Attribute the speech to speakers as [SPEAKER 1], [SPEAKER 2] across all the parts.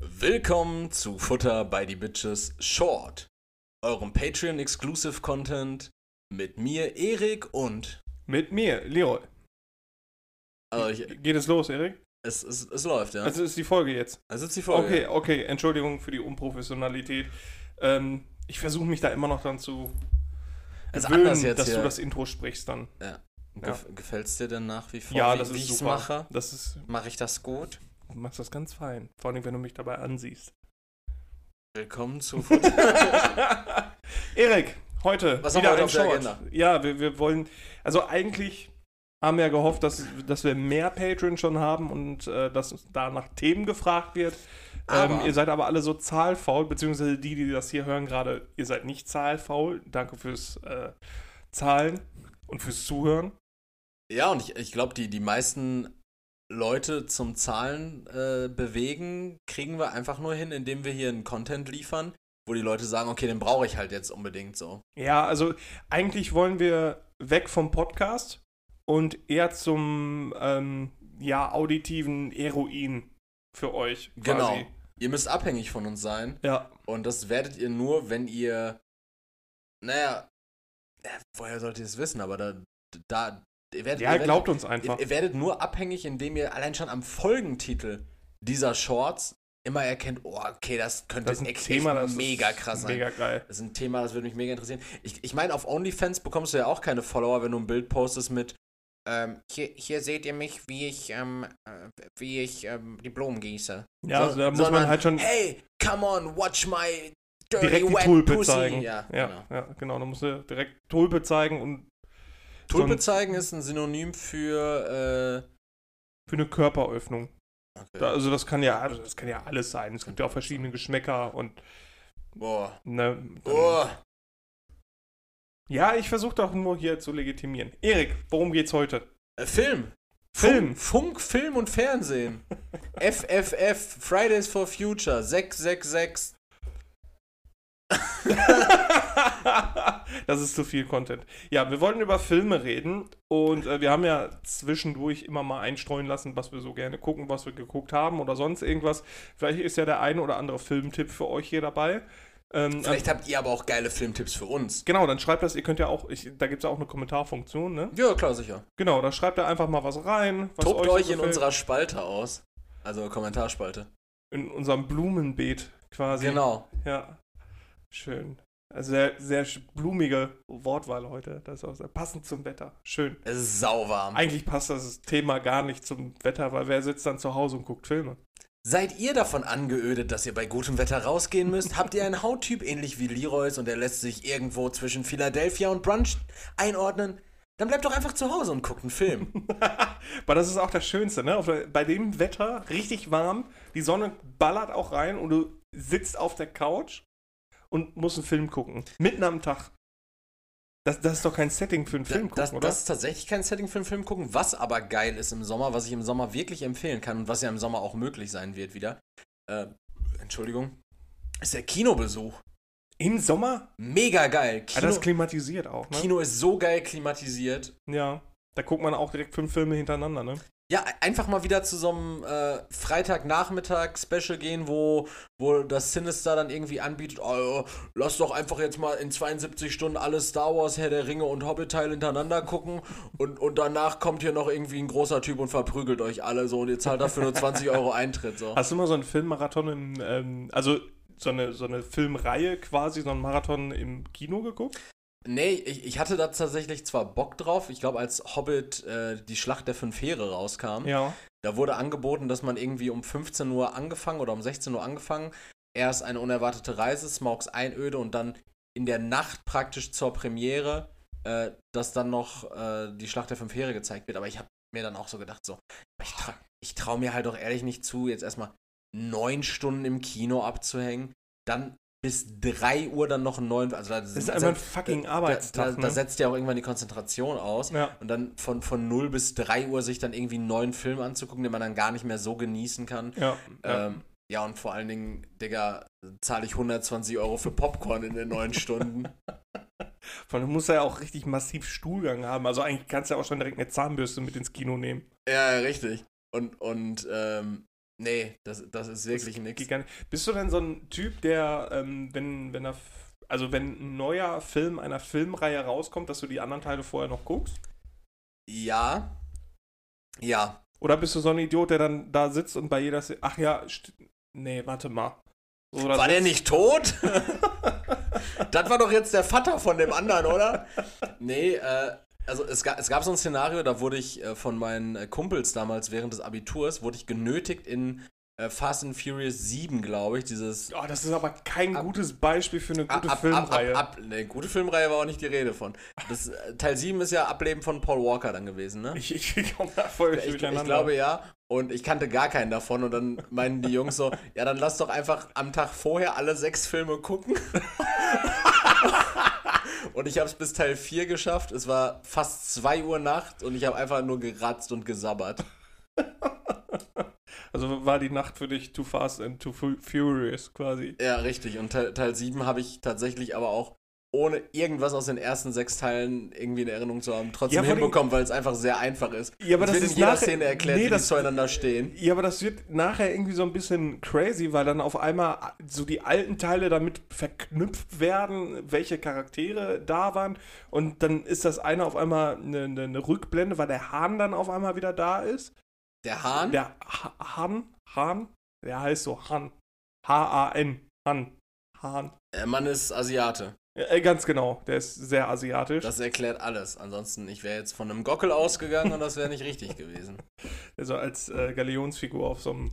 [SPEAKER 1] Willkommen zu Futter bei die Bitches Short, eurem Patreon-Exclusive Content mit mir, Erik und.
[SPEAKER 2] Mit mir, Leroy.
[SPEAKER 1] Also ich,
[SPEAKER 2] Geht es los, Erik?
[SPEAKER 1] es, es, es läuft, ja.
[SPEAKER 2] Also ist die Folge jetzt.
[SPEAKER 1] Also ist die Folge.
[SPEAKER 2] Okay, okay, Entschuldigung für die Unprofessionalität. Ähm, ich versuche mich da immer noch dran zu
[SPEAKER 1] Es ist
[SPEAKER 2] gewöhnen,
[SPEAKER 1] anders jetzt
[SPEAKER 2] dass
[SPEAKER 1] hier.
[SPEAKER 2] du das Intro sprichst dann.
[SPEAKER 1] Gef Gefällt's dir denn nach wie vor,
[SPEAKER 2] ja,
[SPEAKER 1] wie,
[SPEAKER 2] das
[SPEAKER 1] wie
[SPEAKER 2] ist
[SPEAKER 1] ich's
[SPEAKER 2] super.
[SPEAKER 1] mache?
[SPEAKER 2] Das ist,
[SPEAKER 1] Mache ich das gut?
[SPEAKER 2] du machst das ganz fein. Vor allem, wenn du mich dabei ansiehst.
[SPEAKER 1] Willkommen zu Futter.
[SPEAKER 2] Erik, heute
[SPEAKER 1] Was haben
[SPEAKER 2] wieder
[SPEAKER 1] wir heute
[SPEAKER 2] ein
[SPEAKER 1] auf der
[SPEAKER 2] Short.
[SPEAKER 1] Agenda?
[SPEAKER 2] Ja, wir, wir wollen, also eigentlich haben wir ja gehofft, dass, dass wir mehr Patreon schon haben und äh, dass uns da nach Themen gefragt wird. Ähm,
[SPEAKER 1] Aber-
[SPEAKER 2] ihr seid aber alle so zahlfaul, beziehungsweise die, die das hier hören gerade, ihr seid nicht zahlfaul. Danke fürs äh, Zahlen und fürs Zuhören.
[SPEAKER 1] ja, und ich, ich glaube, die, die meisten Leute zum Zahlen äh, bewegen, kriegen wir einfach nur hin, indem wir hier einen Content liefern, wo die Leute sagen, okay, den brauche ich halt jetzt unbedingt so.
[SPEAKER 2] Ja, also eigentlich wollen wir weg vom Podcast und eher zum ähm, ja, auditiven Heroin für euch. Quasi.
[SPEAKER 1] Genau. Also Ihr müsst abhängig von uns sein
[SPEAKER 2] Ja.
[SPEAKER 1] und das werdet ihr nur, wenn ihr, naja, äh, woher sollt ihr es wissen, aber da, da, ihr werdet, ihr
[SPEAKER 2] Ja,
[SPEAKER 1] werdet,
[SPEAKER 2] glaubt uns
[SPEAKER 1] ihr,
[SPEAKER 2] einfach.
[SPEAKER 1] ihr werdet nur abhängig, indem ihr allein schon am Folgentitel dieser Shorts immer erkennt, oh, okay, das könnte
[SPEAKER 2] Das ist ein
[SPEAKER 1] echt,
[SPEAKER 2] Thema,
[SPEAKER 1] echt
[SPEAKER 2] das
[SPEAKER 1] mega
[SPEAKER 2] ist
[SPEAKER 1] krass sein.
[SPEAKER 2] mega geil.
[SPEAKER 1] Das ist ein Thema, das würde mich mega interessieren. Ich, ich meine, auf OnlyFans bekommst du ja auch keine Follower, wenn du ein Bild postest mit ähm, hier, hier seht ihr mich, wie ich, ähm, äh, wie ich ähm, die Blumen gieße.
[SPEAKER 2] Ja, also da muss man
[SPEAKER 1] sondern,
[SPEAKER 2] halt schon
[SPEAKER 1] Hey, come on, watch my dirty
[SPEAKER 2] direkt die
[SPEAKER 1] wet
[SPEAKER 2] Tulpe
[SPEAKER 1] pussy.
[SPEAKER 2] zeigen.
[SPEAKER 1] Ja,
[SPEAKER 2] ja,
[SPEAKER 1] Genau.
[SPEAKER 2] ja, genau. Da musst du direkt Tulpe zeigen und
[SPEAKER 1] Tulpe
[SPEAKER 2] Sonst-
[SPEAKER 1] zeigen ist ein Synonym für
[SPEAKER 2] für eine Körperöffnung.
[SPEAKER 1] äh, okay.
[SPEAKER 2] Da, also das kann ja, also das kann ja alles sein. Es gibt ja auch verschiedene Geschmäcker und
[SPEAKER 1] boah.
[SPEAKER 2] ne. dann-
[SPEAKER 1] Boah.
[SPEAKER 2] Ja, ich versuche doch nur hier zu legitimieren. Erik, worum geht's heute?
[SPEAKER 1] Äh, Film.
[SPEAKER 2] Film.
[SPEAKER 1] Funk, Funk, Film und Fernsehen. FFF, Fridays for Future, 666.
[SPEAKER 2] das ist zu viel Content. Ja, wir wollten über Filme reden und äh, wir haben ja zwischendurch immer mal einstreuen lassen, was wir so gerne gucken, was wir geguckt haben oder sonst irgendwas. Vielleicht ist ja der eine oder andere Filmtipp für euch hier dabei. Ähm, äh,
[SPEAKER 1] Vielleicht habt ihr aber auch geile Filmtipps für uns.
[SPEAKER 2] genau, dann schreibt das, ihr könnt ja auch, ich, da gibt es ja auch eine Kommentarfunktion, ne?
[SPEAKER 1] Ja, klar, sicher.
[SPEAKER 2] Genau, da schreibt ihr einfach mal was rein. Was
[SPEAKER 1] Tobt
[SPEAKER 2] so
[SPEAKER 1] euch in
[SPEAKER 2] gefällt.
[SPEAKER 1] unserer Spalte aus. Also Kommentarspalte.
[SPEAKER 2] in unserem Blumenbeet quasi.
[SPEAKER 1] Genau.
[SPEAKER 2] Ja. Schön. Also sehr, sehr sch- blumige Wortwahl heute. Das ist auch sehr passend zum Wetter. Schön.
[SPEAKER 1] Es ist sauwarm.
[SPEAKER 2] Eigentlich passt das Thema gar nicht zum Wetter, weil wer sitzt dann zu Hause und guckt Filme?
[SPEAKER 1] Seid ihr davon angeödet, dass ihr bei gutem Wetter rausgehen müsst? Habt ihr einen Hauttyp ähnlich wie Leroys und er lässt sich irgendwo zwischen Philadelphia und Brunch einordnen? Dann bleibt doch einfach zu Hause und guckt einen Film.
[SPEAKER 2] Aber das ist auch das Schönste, ne? Auf der, bei dem Wetter richtig warm, die Sonne ballert auch rein und du sitzt auf der Couch und musst einen Film gucken. Mitten am Tag. Das, das ist doch kein Setting für einen Film gucken,
[SPEAKER 1] das,
[SPEAKER 2] oder?
[SPEAKER 1] das ist tatsächlich kein Setting für einen Film gucken. Was aber geil ist im Sommer, was ich im Sommer wirklich empfehlen kann und was ja im Sommer auch möglich sein wird wieder, äh, Entschuldigung, ist der Kinobesuch.
[SPEAKER 2] Im Sommer?
[SPEAKER 1] Mega geil. Kino,
[SPEAKER 2] Ah, das ist klimatisiert auch, ne?
[SPEAKER 1] Kino ist so geil klimatisiert.
[SPEAKER 2] Ja, da guckt man auch direkt fünf Filme hintereinander, ne?
[SPEAKER 1] Ja, e- einfach mal wieder zu so einem äh, Freitagnachmittag-Special gehen, wo, wo das Sinister dann irgendwie anbietet, oh, äh, lass doch einfach jetzt mal in 72 Stunden alle Star Wars, Herr der Ringe und Hobbit-Teil hintereinander gucken und, und danach kommt hier noch irgendwie ein großer Typ und verprügelt euch alle so und ihr zahlt dafür nur 20 Euro Eintritt. So.
[SPEAKER 2] Hast du mal so einen Filmmarathon im, ähm, also so eine, so eine Filmreihe quasi, so einen Marathon im Kino geguckt?
[SPEAKER 1] Nee, ich, ich hatte da tatsächlich zwar Bock drauf, ich glaube, als Hobbit äh, die Schlacht der Fünf Heere rauskam,
[SPEAKER 2] Ja.
[SPEAKER 1] Da wurde angeboten, dass man irgendwie um 15 Uhr angefangen oder um 16 Uhr angefangen, erst eine unerwartete Reise, Smaugs Einöde und dann in der Nacht praktisch zur Premiere, äh, dass dann noch äh, die Schlacht der Fünf Heere gezeigt wird. Aber ich habe mir dann auch so gedacht, so, ich traue ich trau mir halt doch ehrlich nicht zu, jetzt erstmal neun Stunden im Kino abzuhängen, dann bis 3 Uhr dann noch neun, also da,
[SPEAKER 2] Das ist einfach ein fucking
[SPEAKER 1] da,
[SPEAKER 2] Arbeitstag,
[SPEAKER 1] da, da
[SPEAKER 2] ne?
[SPEAKER 1] setzt ja auch irgendwann die Konzentration aus.
[SPEAKER 2] Ja.
[SPEAKER 1] Und dann von, von 0 bis 3 Uhr sich dann irgendwie einen neuen Film anzugucken, den man dann gar nicht mehr so genießen kann.
[SPEAKER 2] Ja.
[SPEAKER 1] Ja, ähm, ja und vor allen Dingen, Digga, zahle ich 120 Euro für Popcorn in den neun Stunden.
[SPEAKER 2] Von du musst ja auch richtig massiv Stuhlgang haben. Also eigentlich kannst du ja auch schon direkt eine Zahnbürste mit ins Kino nehmen.
[SPEAKER 1] ja, ja, richtig. Und, und ähm, Nee, das, das ist wirklich
[SPEAKER 2] Geht
[SPEAKER 1] nichts.
[SPEAKER 2] gar nicht. Bist du denn so ein Typ, der, ähm, wenn, wenn er, f- also wenn ein neuer Film einer Filmreihe rauskommt, dass du die anderen Teile vorher noch guckst?
[SPEAKER 1] Ja. Ja.
[SPEAKER 2] Oder bist du so ein Idiot, der dann da sitzt und bei jeder, Se- ach ja, st- nee, warte mal. Oder
[SPEAKER 1] War der nicht tot? das war doch jetzt der Vater von dem anderen, oder? Nee, äh, also es, ga, es gab so ein Szenario, da wurde ich äh, von meinen äh, Kumpels damals während des Abiturs, wurde ich genötigt in äh, Fast and Furious 7, glaube ich, dieses
[SPEAKER 2] Oh, das ist aber kein
[SPEAKER 1] Ab-
[SPEAKER 2] gutes Beispiel für eine gute
[SPEAKER 1] ab,
[SPEAKER 2] Filmreihe.
[SPEAKER 1] Ab, ab, ab, nee, gute Filmreihe war auch nicht die Rede von. Das, äh, Teil 7 ist ja Ableben von Paul Walker dann gewesen, ne?
[SPEAKER 2] Ich, ich, ich komme da voll
[SPEAKER 1] Ich, ich,
[SPEAKER 2] durcheinander.
[SPEAKER 1] glaube ja. Und ich kannte gar keinen davon. Und dann meinen die Jungs so, ja, dann lass doch einfach am Tag vorher alle sechs Filme gucken. und ich habe es bis Teil 4 geschafft. Es war fast 2 Uhr Nacht und ich habe einfach nur geratzt und gesabbert.
[SPEAKER 2] Also war die Nacht für dich too fast and too fu furious quasi.
[SPEAKER 1] Ja, richtig. Und Teil, Teil 7 habe ich tatsächlich aber auch ohne irgendwas aus den ersten sechs Teilen irgendwie in Erinnerung zu haben, trotzdem
[SPEAKER 2] Ja, vor allem-
[SPEAKER 1] hinbekommen, weil es einfach sehr einfach ist.
[SPEAKER 2] Ja, aber
[SPEAKER 1] es
[SPEAKER 2] das
[SPEAKER 1] wird
[SPEAKER 2] ist
[SPEAKER 1] in jeder
[SPEAKER 2] nachher-
[SPEAKER 1] Szene erklärt,
[SPEAKER 2] nee,
[SPEAKER 1] wie die
[SPEAKER 2] das-
[SPEAKER 1] zueinander stehen.
[SPEAKER 2] Ja, aber das wird nachher irgendwie so ein bisschen crazy, weil dann auf einmal so die alten Teile damit verknüpft werden, welche Charaktere da waren. Und dann ist das eine auf einmal eine, eine, eine Rückblende, weil der Hahn dann auf einmal wieder da ist.
[SPEAKER 1] Der Hahn?
[SPEAKER 2] Der ha Hahn, Hahn, der heißt so Hahn. H-A-N, Hahn, Hahn.
[SPEAKER 1] Der Mann ist Asiate.
[SPEAKER 2] Ja, äh, ganz genau, der ist sehr asiatisch.
[SPEAKER 1] Das erklärt alles. Ansonsten, ich wäre jetzt von einem Gockel ausgegangen und das wäre nicht richtig gewesen.
[SPEAKER 2] Also als äh, Galeonsfigur auf so einem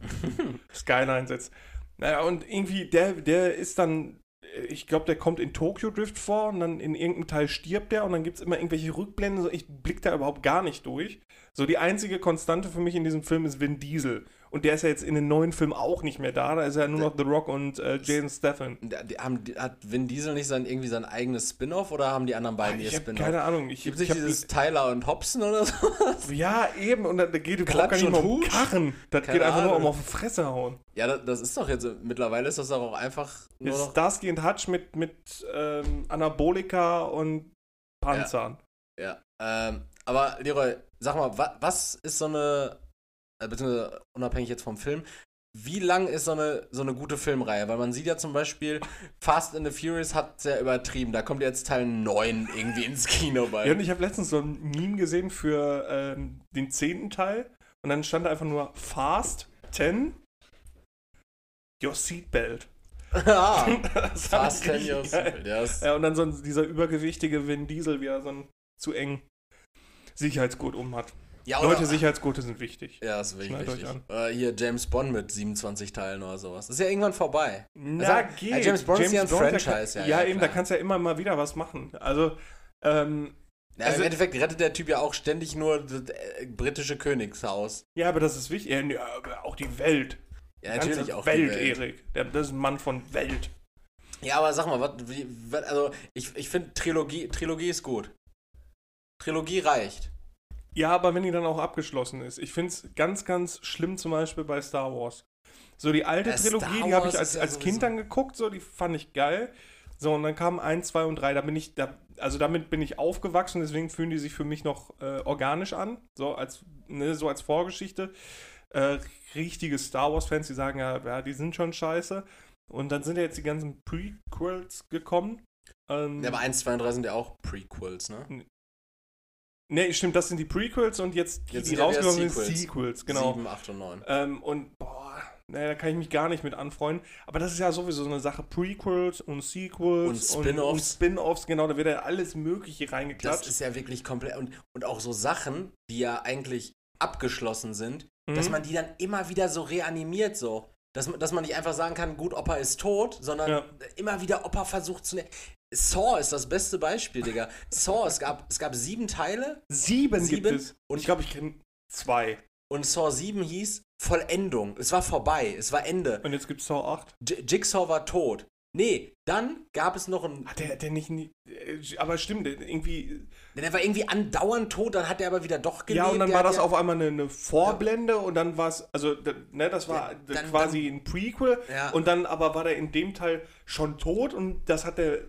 [SPEAKER 2] Skyline sitzt. Naja, und irgendwie, der, der ist dann, äh, ich glaube, der kommt in Tokyo Drift vor und dann in irgendeinem Teil stirbt der und dann gibt es immer irgendwelche Rückblenden. So, ich blick da überhaupt gar nicht durch. So, die einzige Konstante für mich in diesem Film ist Vin Diesel. Und der ist ja jetzt in den neuen Filmen auch nicht mehr da. Da ist ja nur noch The Rock und äh, Jason Statham.
[SPEAKER 1] Und da- die- haben, die- hat Vin Diesel nicht sein, irgendwie sein eigenes Spin-off oder haben die anderen beiden ihr
[SPEAKER 2] Ah, Ich habe
[SPEAKER 1] Spin-off?
[SPEAKER 2] keine Ahnung. Ich,
[SPEAKER 1] Gibt es
[SPEAKER 2] ich
[SPEAKER 1] nicht
[SPEAKER 2] hab,
[SPEAKER 1] dieses Tyler und Hobson oder so?
[SPEAKER 2] ja, eben. Und da da geht überhaupt gar
[SPEAKER 1] Klatsch
[SPEAKER 2] nicht mehr
[SPEAKER 1] und
[SPEAKER 2] um
[SPEAKER 1] Hut?
[SPEAKER 2] Karren. Das
[SPEAKER 1] Keine
[SPEAKER 2] geht einfach nur um
[SPEAKER 1] Ahnung.
[SPEAKER 2] auf die Fresse hauen.
[SPEAKER 1] Ja, das, das ist doch jetzt, mittlerweile ist das doch auch einfach nur
[SPEAKER 2] Ist
[SPEAKER 1] noch.
[SPEAKER 2] Starsky und Hutch mit, mit ähm, Anabolika und Panzern.
[SPEAKER 1] Ja. Ähm, aber Leroy, sag mal, wa, was ist so eine, äh, beziehungsweise unabhängig jetzt vom Film, wie lang ist so eine, so eine gute Filmreihe? Weil man sieht ja zum Beispiel, Fast and the Furious hat sehr übertrieben. Da kommt jetzt Teil 9 irgendwie ins Kino bei.
[SPEAKER 2] Ja, und ich habe letztens so ein Meme gesehen für ähm, den zehnten Teil und dann stand da einfach nur Fast 10 Your Seatbelt.
[SPEAKER 1] ah.
[SPEAKER 2] Das fand
[SPEAKER 1] Fast
[SPEAKER 2] ich
[SPEAKER 1] and
[SPEAKER 2] richtig
[SPEAKER 1] Your
[SPEAKER 2] geil.
[SPEAKER 1] Seatbelt, ja, ist-
[SPEAKER 2] Ja, und dann so ein, dieser übergewichtige Vin Diesel, wie er so ein zu eng Sicherheitsgurt um hat.
[SPEAKER 1] Ja, oder-
[SPEAKER 2] Leute, Sicherheitsgurte sind wichtig.
[SPEAKER 1] Ja, ist wirklich
[SPEAKER 2] Schneidet euch
[SPEAKER 1] wichtig.
[SPEAKER 2] an.
[SPEAKER 1] Oder hier James Bond mit 27 Teilen oder sowas. Ist ja irgendwann vorbei. Also, ja, James Bond ist ja ein
[SPEAKER 2] der
[SPEAKER 1] Franchise,
[SPEAKER 2] kann,
[SPEAKER 1] ja,
[SPEAKER 2] ja.
[SPEAKER 1] ja,
[SPEAKER 2] eben,
[SPEAKER 1] klar.
[SPEAKER 2] da kannst du ja immer mal wieder was machen. Also, ähm,
[SPEAKER 1] Ja,
[SPEAKER 2] Also-
[SPEAKER 1] Im Endeffekt rettet der Typ ja auch ständig nur das äh, britische Königshaus.
[SPEAKER 2] ja, aber das ist wichtig. Ja, nee, aber auch die Welt.
[SPEAKER 1] Ja,
[SPEAKER 2] Die
[SPEAKER 1] natürlich
[SPEAKER 2] ganze
[SPEAKER 1] auch. die
[SPEAKER 2] Welt,
[SPEAKER 1] Welt.
[SPEAKER 2] Erik. Der, das ist ein Mann von Welt.
[SPEAKER 1] Ja, aber sag mal, wat, wie, wat, also ich, ich finde Trilogie, Trilogie ist gut. Trilogie reicht.
[SPEAKER 2] Ja, aber wenn die dann auch abgeschlossen ist. Ich finde es ganz, ganz schlimm zum Beispiel bei Star Wars. So die alte
[SPEAKER 1] Ja,
[SPEAKER 2] Trilogie,
[SPEAKER 1] Star
[SPEAKER 2] die habe
[SPEAKER 1] Wars
[SPEAKER 2] ich
[SPEAKER 1] ist
[SPEAKER 2] als,
[SPEAKER 1] ja
[SPEAKER 2] als
[SPEAKER 1] sowieso-
[SPEAKER 2] Kind dann geguckt, so die fand ich geil. So, und dann kamen 1, 2 und 3. Da bin ich, da, also damit bin ich aufgewachsen, deswegen fühlen die sich für mich noch äh, organisch an. So als, ne, so als Vorgeschichte. Äh, richtige Star Wars-Fans, die sagen ja, ja, die sind schon scheiße. Und dann sind ja jetzt die ganzen Prequels gekommen. Ähm,
[SPEAKER 1] Ja, aber 1, 2 und 3 sind ja auch Prequels, ne?
[SPEAKER 2] Nee, stimmt, das sind die Prequels und jetzt die,
[SPEAKER 1] Jetzt
[SPEAKER 2] die
[SPEAKER 1] sind ja wieder
[SPEAKER 2] rausgekommen sind,
[SPEAKER 1] Sequels.
[SPEAKER 2] Sequels, genau.
[SPEAKER 1] 7, 8 und 9.
[SPEAKER 2] Ähm, und boah, naja, da kann ich mich gar nicht mit anfreunden. Aber das ist ja sowieso so eine Sache, Prequels und Sequels
[SPEAKER 1] Und
[SPEAKER 2] und,
[SPEAKER 1] Spin-offs.
[SPEAKER 2] und Spin-Offs, genau, da wird ja alles mögliche
[SPEAKER 1] Das
[SPEAKER 2] reingeklatscht.
[SPEAKER 1] ist ja wirklich komplett. Und, und auch so Sachen, die ja eigentlich abgeschlossen sind,
[SPEAKER 2] Mhm.
[SPEAKER 1] dass man die dann immer wieder so reanimiert, so. Dass, man- dass man nicht einfach sagen kann, gut, Opa ist tot, sondern
[SPEAKER 2] Ja.
[SPEAKER 1] immer wieder Opa versucht zu. ne- Saw ist das beste Beispiel, Digga. Saw, es gab, es gab sieben Teile
[SPEAKER 2] sieben, gibt
[SPEAKER 1] sieben
[SPEAKER 2] es.
[SPEAKER 1] und-
[SPEAKER 2] ich glaube, ich kenne zwei.
[SPEAKER 1] und Saw 7 hieß Vollendung. Es war vorbei, es war Ende.
[SPEAKER 2] Und jetzt gibt es Saw 8.
[SPEAKER 1] J Jigsaw war tot. Nee, dann gab es noch einen.
[SPEAKER 2] Hat der, der nicht. nie- äh, Aber stimmt, irgendwie.
[SPEAKER 1] Der war irgendwie andauernd tot, dann hat er aber wieder doch gelebt.
[SPEAKER 2] ja, und dann
[SPEAKER 1] der
[SPEAKER 2] war
[SPEAKER 1] hat
[SPEAKER 2] das
[SPEAKER 1] ja,
[SPEAKER 2] auf einmal eine, eine Vorblende und dann war es. Also, da- ne, das war
[SPEAKER 1] Dann- dann-
[SPEAKER 2] quasi ein Prequel.
[SPEAKER 1] Ja.
[SPEAKER 2] Und dann aber war der in dem Teil schon tot und das hat der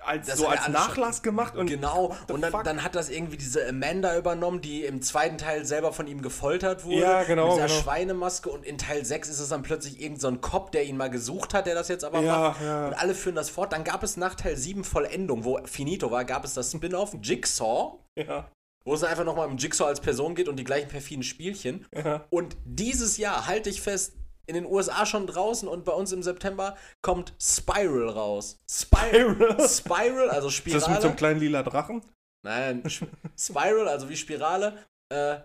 [SPEAKER 2] als,
[SPEAKER 1] Das
[SPEAKER 2] so
[SPEAKER 1] hat er
[SPEAKER 2] als
[SPEAKER 1] alles schon-
[SPEAKER 2] Nachlass gemacht und
[SPEAKER 1] Genau,
[SPEAKER 2] the
[SPEAKER 1] und dann,
[SPEAKER 2] fuck?
[SPEAKER 1] dann hat das irgendwie diese Amanda übernommen, die im zweiten Teil selber von ihm gefoltert wurde.
[SPEAKER 2] Ja, genau,
[SPEAKER 1] Mit dieser
[SPEAKER 2] genau.
[SPEAKER 1] Schweinemaske und in Teil 6 ist es dann plötzlich irgend so ein Cop, der ihn mal gesucht hat, der das jetzt aber
[SPEAKER 2] Ja,
[SPEAKER 1] macht.
[SPEAKER 2] ja.
[SPEAKER 1] Und alle führen das fort. Dann gab es nach Teil 7 Vollendung, wo Finito war, gab es das Spin-off Jigsaw,
[SPEAKER 2] ja,
[SPEAKER 1] wo es einfach nochmal um Jigsaw als Person geht und die gleichen perfiden Spielchen.
[SPEAKER 2] ja.
[SPEAKER 1] Und dieses Jahr, halte ich fest, in den USA schon draußen und bei uns im September kommt Spiral raus. Spiral,
[SPEAKER 2] Spiral?
[SPEAKER 1] Spiral also
[SPEAKER 2] Ist
[SPEAKER 1] Spirale.
[SPEAKER 2] das mit so einem kleinen lila Drachen?
[SPEAKER 1] Nein, Sp- Spiral, also wie Spirale, äh,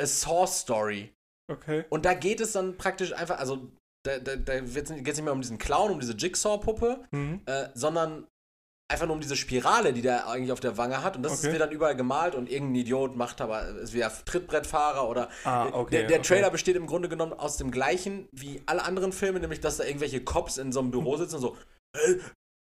[SPEAKER 1] a Saw Story.
[SPEAKER 2] Okay.
[SPEAKER 1] Und da geht es dann praktisch einfach, also da, da, da geht es nicht mehr um diesen Clown, um diese Jigsaw-Puppe,
[SPEAKER 2] Mhm.
[SPEAKER 1] äh, sondern einfach nur um diese Spirale, die der eigentlich auf der Wange hat. Und das
[SPEAKER 2] Okay.
[SPEAKER 1] wird dann überall gemalt und irgendein Idiot macht aber, ist wieder Trittbrettfahrer oder.
[SPEAKER 2] Ah, okay.
[SPEAKER 1] der der
[SPEAKER 2] okay.
[SPEAKER 1] Trailer besteht im Grunde genommen aus dem gleichen wie alle anderen Filme, nämlich dass da irgendwelche Cops in so einem Büro sitzen und so, "Äh,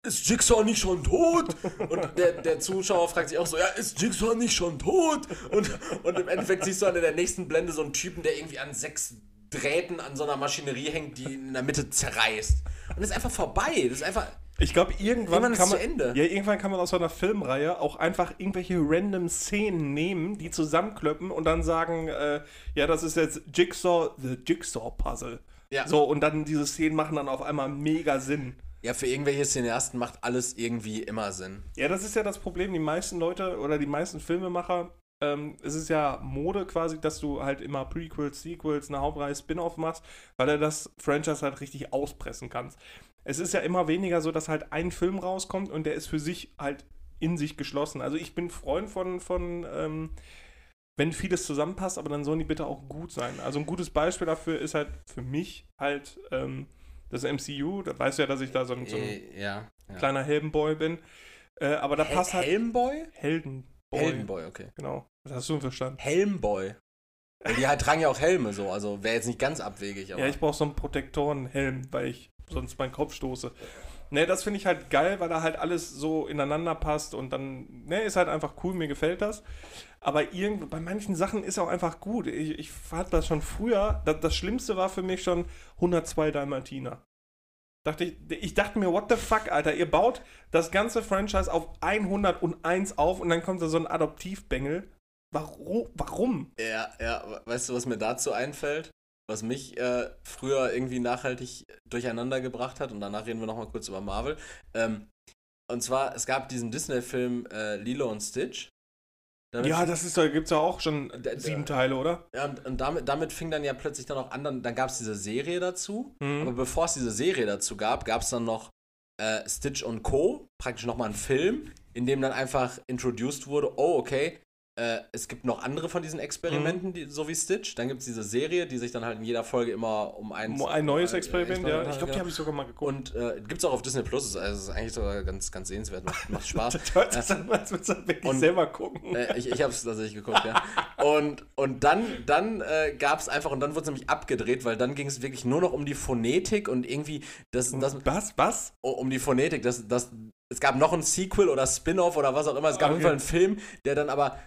[SPEAKER 1] ist Jigsaw nicht schon tot? Und der, der Zuschauer fragt sich auch so, ja, ist Jigsaw nicht schon tot? Und, und im Endeffekt siehst du dann in der nächsten Blende so einen Typen, der irgendwie an sechs Drähten an so einer Maschinerie hängt, die in der Mitte zerreißt. Und das ist einfach vorbei. Das ist einfach.
[SPEAKER 2] Ich glaube, irgendwann,
[SPEAKER 1] Irgendwann ist
[SPEAKER 2] kann man.
[SPEAKER 1] zu Ende.
[SPEAKER 2] Ja, irgendwann kann man aus so einer Filmreihe auch einfach irgendwelche random Szenen nehmen, die zusammenklöppen und dann sagen, äh, ja, das ist jetzt Jigsaw, the Jigsaw Puzzle.
[SPEAKER 1] Ja.
[SPEAKER 2] So, und dann diese Szenen machen dann auf einmal mega Sinn.
[SPEAKER 1] Ja, für irgendwelche Cineasten macht alles irgendwie immer Sinn.
[SPEAKER 2] Ja, das ist ja das Problem. Die meisten Leute oder die meisten Filmemacher, ähm, es ist ja Mode quasi, dass du halt immer Prequels, Sequels, eine Hauptreihe, Spin-off machst, weil du das Franchise halt richtig auspressen kannst. Es ist ja immer weniger so, dass halt ein Film rauskommt und der ist für sich halt in sich geschlossen. Also ich bin Freund von, von ähm, wenn vieles zusammenpasst, aber dann sollen die bitte auch gut sein. Also ein gutes Beispiel dafür ist halt für mich halt ähm, das MCU. Da weißt du ja, dass ich da so ein, so ein
[SPEAKER 1] Äh, ja. ja.
[SPEAKER 2] kleiner Heldenboy bin. Äh, aber da
[SPEAKER 1] Hel-
[SPEAKER 2] passt halt
[SPEAKER 1] Helmboy?
[SPEAKER 2] Heldenboy.
[SPEAKER 1] Heldenboy, okay.
[SPEAKER 2] Genau. Das hast du verstanden.
[SPEAKER 1] Helmboy. Weil die halt tragen ja auch Helme so, also wäre jetzt nicht ganz abwegig, aber.
[SPEAKER 2] Ja, ich brauche so einen Protektorenhelm, weil ich sonst meinen Kopf stoße. Ne, das finde ich halt geil, weil da halt alles so ineinander passt und dann, ne, ist halt einfach cool, mir gefällt das. Aber irgend, bei manchen Sachen ist auch einfach gut. Ich, ich hatte das schon früher, das, das Schlimmste war für mich schon 102 Dalmatiner. Dachte ich, ich dachte mir, what the fuck, Alter, ihr baut das ganze Franchise auf 101 auf und dann kommt da so ein Adoptivbengel. Warum? Warum?
[SPEAKER 1] ja, ja, we- weißt du, was mir dazu einfällt? Was mich äh, früher irgendwie nachhaltig durcheinander gebracht hat, und danach reden wir nochmal kurz über Marvel. Ähm, und zwar, es gab diesen Disney-Film äh, Lilo und Stitch. Damit
[SPEAKER 2] Ja, das ist, da gibt es ja auch schon
[SPEAKER 1] Da- da-
[SPEAKER 2] sieben Teile, oder?
[SPEAKER 1] Ja, und, und damit, damit fing dann ja plötzlich dann auch an, dann, dann gab es diese Serie dazu.
[SPEAKER 2] Mhm.
[SPEAKER 1] Aber bevor es diese Serie dazu gab, gab es dann noch äh, Stitch und Co., praktisch nochmal einen Film, in dem dann einfach introduced wurde, oh, okay, äh, es gibt noch andere von diesen Experimenten,
[SPEAKER 2] Mhm.
[SPEAKER 1] die, so wie Stitch. Dann gibt es diese Serie, die sich dann halt in jeder Folge immer um eins...
[SPEAKER 2] Ein neues
[SPEAKER 1] äh,
[SPEAKER 2] Experiment, ja.
[SPEAKER 1] handelt,
[SPEAKER 2] Ich glaube, die
[SPEAKER 1] genau.
[SPEAKER 2] habe ich sogar mal geguckt.
[SPEAKER 1] Und äh, gibt es auch auf Disney Plus, ist- also ist eigentlich sogar ganz, ganz sehenswert, macht, macht Spaß.
[SPEAKER 2] hört sich an, als würdest du wirklich
[SPEAKER 1] und-
[SPEAKER 2] selber gucken.
[SPEAKER 1] Äh, ich ich habe es tatsächlich geguckt, ja. Und, und dann, dann äh, gab es einfach, und dann wurde es nämlich abgedreht, weil dann ging es wirklich nur noch um die Phonetik und irgendwie, das,
[SPEAKER 2] Mhm.
[SPEAKER 1] das,
[SPEAKER 2] was? Was?
[SPEAKER 1] oh, um die Phonetik, das, das, es gab noch ein Sequel oder Spin-off oder was auch immer, es gab auf jeden
[SPEAKER 2] Ah, Okay.
[SPEAKER 1] Fall einen Film, der dann aber